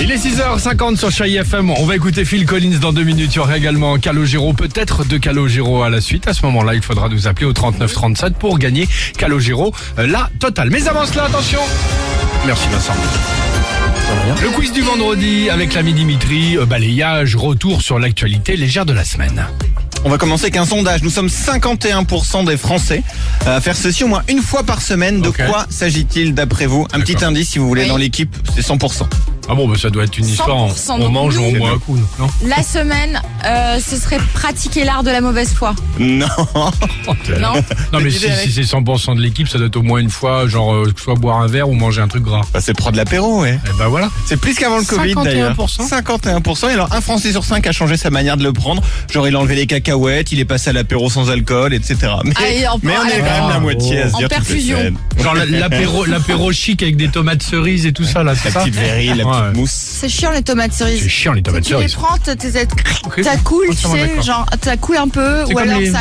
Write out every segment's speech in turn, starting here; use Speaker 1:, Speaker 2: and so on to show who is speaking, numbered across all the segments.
Speaker 1: Il est 6h50 sur Chai FM. On va écouter Phil Collins dans deux minutes. Il y aura également Calogero, peut-être de Calogero à la suite. À ce moment-là, il faudra nous appeler au 3937 pour gagner Calogero, euh, la totale. Mais avant cela, attention Merci Vincent. Le quiz du vendredi avec l'ami Dimitri, euh, balayage, retour sur l'actualité légère de la semaine.
Speaker 2: On va commencer avec un sondage. Nous sommes 51% des Français à faire ceci au moins une fois par semaine. De
Speaker 1: Ok.
Speaker 2: quoi s'agit-il d'après vous Un petit
Speaker 1: D'accord.
Speaker 2: indice si vous voulez
Speaker 3: Oui.
Speaker 2: dans l'équipe, c'est 100%.
Speaker 1: Ah bon, bah ça doit être une histoire. On,
Speaker 3: 100%
Speaker 1: on
Speaker 3: donc
Speaker 1: mange, on
Speaker 3: nous.
Speaker 1: boit un coup, non
Speaker 3: La semaine, euh, ce serait pratiquer l'art de la mauvaise foi.
Speaker 2: Non. Bah,
Speaker 3: Non
Speaker 1: Non mais
Speaker 2: Bonne
Speaker 1: si,
Speaker 2: idée, Alex.
Speaker 1: si c'est 100% de l'équipe, ça doit être au moins une fois, genre euh, soit boire un verre ou manger un truc gras.
Speaker 2: Bah, c'est prendre l'apéro, ouais.
Speaker 1: Et bah voilà.
Speaker 2: C'est plus qu'avant le Covid d'ailleurs.
Speaker 1: 51%.
Speaker 2: 51%. Et alors un Français sur cinq a changé sa manière de le prendre. Genre il a enlevé les cacahuètes, il est passé à l'apéro sans alcool, etc. Mais,
Speaker 3: Ah, et en-
Speaker 2: mais on
Speaker 3: à
Speaker 2: est
Speaker 3: l'apéro.
Speaker 2: quand même la moitié à se
Speaker 3: En
Speaker 2: dire toutes les
Speaker 3: perfusion.
Speaker 2: semaines.
Speaker 1: Genre la- l'apéro, l'apéro chic avec des tomates cerises et tout ça là, c'est
Speaker 2: La
Speaker 1: ça
Speaker 2: petite verrine, la petite
Speaker 1: Ouais.
Speaker 2: mousse.
Speaker 4: C'est chiant les tomates
Speaker 1: C'est
Speaker 4: cerises.
Speaker 1: chiant les
Speaker 4: C'est
Speaker 1: tomates
Speaker 4: tu les
Speaker 1: cerises.
Speaker 4: prends, t'es- t'es-
Speaker 1: Ok. Oh,
Speaker 4: ça coule, tu
Speaker 1: Entièrement
Speaker 4: sais,
Speaker 1: d'accord.
Speaker 4: genre ça coule un peu,
Speaker 1: C'est
Speaker 4: ou
Speaker 1: comme
Speaker 4: alors
Speaker 1: les-
Speaker 4: ça,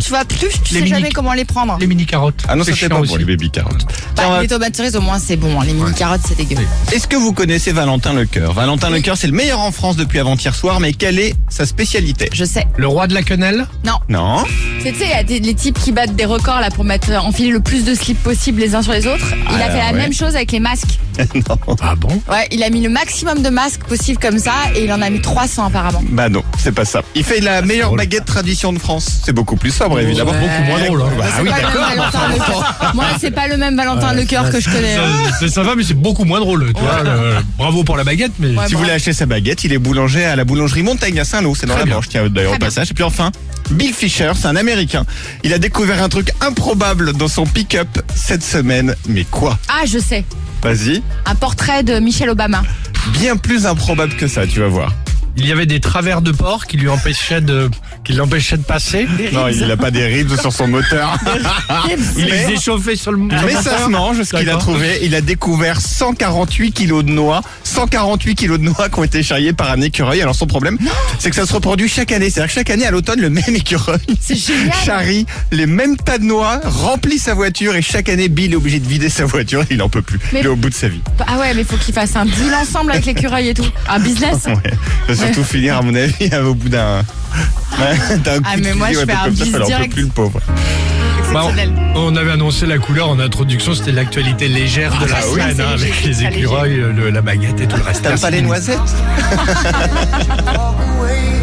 Speaker 4: tu vas plus, tu
Speaker 1: Les
Speaker 4: sais jamais
Speaker 1: mini-
Speaker 4: comment les prendre.
Speaker 1: Les mini carottes.
Speaker 2: Ah non, ça
Speaker 1: c'est
Speaker 2: c'est
Speaker 1: chiant
Speaker 2: pas
Speaker 1: aussi.
Speaker 2: pour les baby carottes. Tiens, on
Speaker 4: Bah,
Speaker 2: va-
Speaker 4: les tomates cerises au moins c'est bon, les mini carottes c'est dégueu.
Speaker 2: Est-ce que vous connaissez Valentin Lecoeur Valentin Lecoeur, c'est le meilleur en France depuis avant-hier soir, mais quelle est sa spécialité
Speaker 4: Je sais.
Speaker 1: Le roi de la quenelle.
Speaker 2: Non.
Speaker 3: C'est, Tu sais, il y a des, les types qui battent des records là pour mettre, euh, enfiler le plus de slips possible les uns sur les autres. Il a
Speaker 2: Alors,
Speaker 3: fait la
Speaker 2: ouais.
Speaker 3: même chose avec les masques.
Speaker 2: non.
Speaker 1: Ah bon
Speaker 4: Ouais, il a mis le maximum de masques possible comme ça et il en a mis 300 apparemment.
Speaker 2: Bah non, c'est pas ça. Il fait la meilleure
Speaker 1: drôle.
Speaker 2: baguette tradition de France. C'est beaucoup plus sobre, évidemment.
Speaker 1: Beaucoup moins drôle. hein.
Speaker 2: Bah
Speaker 4: C'est pas le même Valentin Lecoeur. Moi, c'est pas le même Valentin Lecoeur que je connais. hein.
Speaker 1: Ça, c'est sympa, mais c'est beaucoup moins drôle. Tu vois, le- bravo pour la baguette, mais
Speaker 4: Ouais,
Speaker 2: Si vous
Speaker 4: bon.
Speaker 2: voulez acheter sa baguette, il est boulanger à la boulangerie Montaigne à Saint-Lô. C'est dans
Speaker 1: Très
Speaker 2: la
Speaker 1: bien.
Speaker 2: Manche, tiens, d'ailleurs, au
Speaker 3: Très
Speaker 2: passage. Et puis enfin, Bill Fisher, c'est un Américain. Il a découvert un truc improbable dans son pick-up cette semaine. Mais quoi
Speaker 3: Ah, je sais.
Speaker 2: Vas-y.
Speaker 3: Un portrait de Michelle Obama.
Speaker 2: Bien plus improbable que ça, tu vas voir.
Speaker 1: il y avait des travers de porc qui lui empêchaient de, qui l'empêchaient de passer.
Speaker 2: Non, il a pas des rides sur son moteur.
Speaker 1: Il
Speaker 2: Mais-
Speaker 1: les échauffait sur le.
Speaker 2: Mais ça se mange, ce qu'il a
Speaker 1: D'accord.
Speaker 2: trouvé. Il a découvert 148 kilos de noix. 148 kilos de noix qui ont été charriés par un écureuil. Alors son problème, c'est que ça se reproduit chaque année. C'est-à-dire que chaque année, à l'automne, le même écureuil
Speaker 3: C'est génial.
Speaker 2: charrie les mêmes tas de noix, remplit sa voiture et chaque année, Bill est obligé de vider sa voiture. Il en peut plus.
Speaker 3: Mais-
Speaker 2: Il est au bout de sa vie.
Speaker 3: Ah ouais, mais faut qu'il fasse un deal ensemble avec l'écureuil et tout. Un business.
Speaker 2: Ouais. Ça va surtout finir, à mon avis, au bout d'un... d'un
Speaker 4: Ah,
Speaker 2: coup de
Speaker 4: mais moi,
Speaker 2: fusil, ouais,
Speaker 4: je fais
Speaker 2: peut-être
Speaker 4: un
Speaker 2: comme ça,
Speaker 4: bis
Speaker 2: il en peut
Speaker 4: direct.
Speaker 2: plus, le pauvre.
Speaker 1: Bah, on, on avait annoncé la couleur en introduction, c'était l'actualité légère de la
Speaker 2: Ah oui,
Speaker 1: semaine,
Speaker 4: c'est
Speaker 1: hein,
Speaker 4: léger,
Speaker 1: avec
Speaker 4: c'est
Speaker 1: les
Speaker 4: très léger.
Speaker 1: écureuils, le- la baguette et tout le reste.
Speaker 2: T'aimes
Speaker 1: Merci,
Speaker 2: pas les
Speaker 1: Denis.
Speaker 2: noisettes
Speaker 5: walk away.